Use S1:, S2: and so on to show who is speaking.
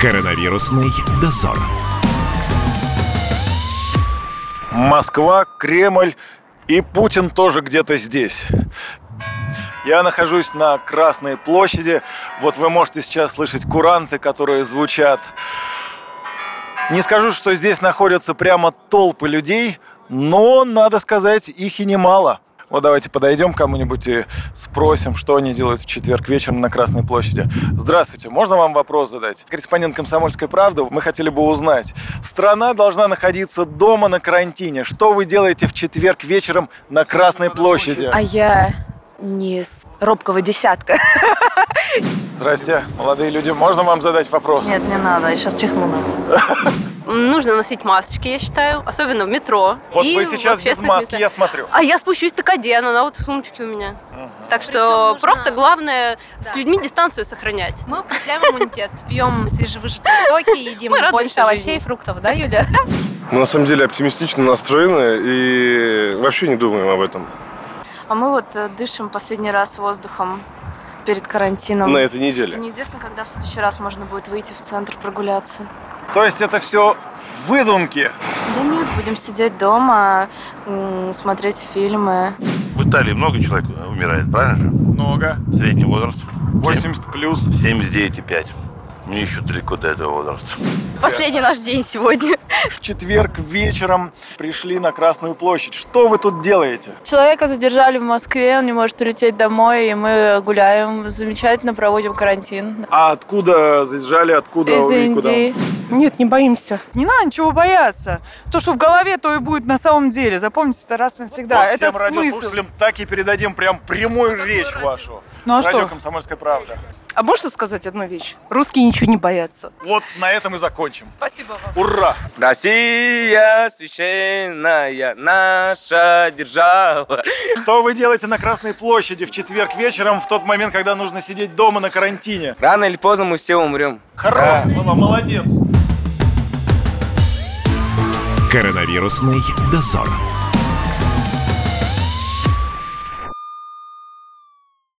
S1: Коронавірусний дозор.
S2: Москва, Кремль и Путин тоже где-то здесь. Я нахожусь на Красной площади. Вот вы можете сейчас слышать куранты, которые звучат. Не скажу, что здесь находятся прямо толпы людей, но, надо сказать, их и немало. Вот давайте подойдем к кому-нибудь и спросим, что они делают в четверг вечером на Красной площади. Здравствуйте, можно вам вопрос задать? Корреспондент «Комсомольской правды», мы хотели бы узнать. Страна должна находиться дома на карантине. Что вы делаете в четверг вечером на Красной площади?
S3: А я не с робкого десятка.
S2: Здрасте, молодые люди, можно вам задать вопрос?
S4: Нет, не надо, я сейчас чихну. Нужно носить масочки, я считаю, особенно в метро.
S2: Вот
S4: и
S2: вы
S4: в
S2: сейчас без
S4: общественных
S2: маски,
S4: местах.
S2: я смотрю.
S4: А я спущусь-то к одену, она вот в сумочке у меня.
S2: Мгм.
S4: Так
S5: Причем
S4: что
S5: нужно-
S4: просто главное с
S5: Да.
S4: людьми дистанцию сохранять.
S5: Мы укрепляем иммунитет, пьем свежевыжатые соки, едим
S4: Мы рады
S5: больше
S4: всей
S5: овощей и
S4: жизни.
S5: фруктов, да, Юля?
S6: Мы Ну, на самом деле оптимистично настроены и вообще не думаем об этом.
S7: А мы вот э, дышим последний раз воздухом перед карантином.
S6: На этой неделе.
S7: Неизвестно, когда в следующий раз можно будет выйти в центр прогуляться.
S2: То есть это все выдумки.
S7: Да нет, будем сидеть дома, м, смотреть фильмы.
S8: В Италии много человек умирает, правильно же?
S2: Много.
S8: Средний возраст
S2: 80 плюс.
S8: 79,5. Мне еще далеко до этого возраста.
S4: Последний наш день сегодня.
S2: В четверг вечером пришли на Красную площадь. Что вы тут делаете?
S9: Человека задержали в Москве, он не может улететь домой, и мы гуляем, замечательно проводим карантин.
S2: А откуда заезжали, откуда
S9: Из
S2: и куда?
S9: Индии.
S10: Нет, не боимся.
S11: Не надо ничего бояться. То, что в голове, то и будет на самом деле. Запомните это раз навсегда.
S2: Вот
S11: это
S2: всем
S11: смысл.
S2: радиослушателям так и передадим прям прямую речь вашу.
S11: Ну а
S2: Радио
S11: что?
S2: «Комсомольская правда».
S10: А можешь сказать одну вещь? Русские ничего не боятся.
S2: Вот на этом и закончим.
S10: Спасибо вам.
S2: Ура!
S10: Россия священная наша держава.
S2: Что вы делаете на Красной площади в четверг вечером, в тот момент, когда нужно сидеть дома на карантине?
S10: Рано или поздно мы все умрем.
S2: Хорош, слова, молодец.
S1: Коронавірусний дозор.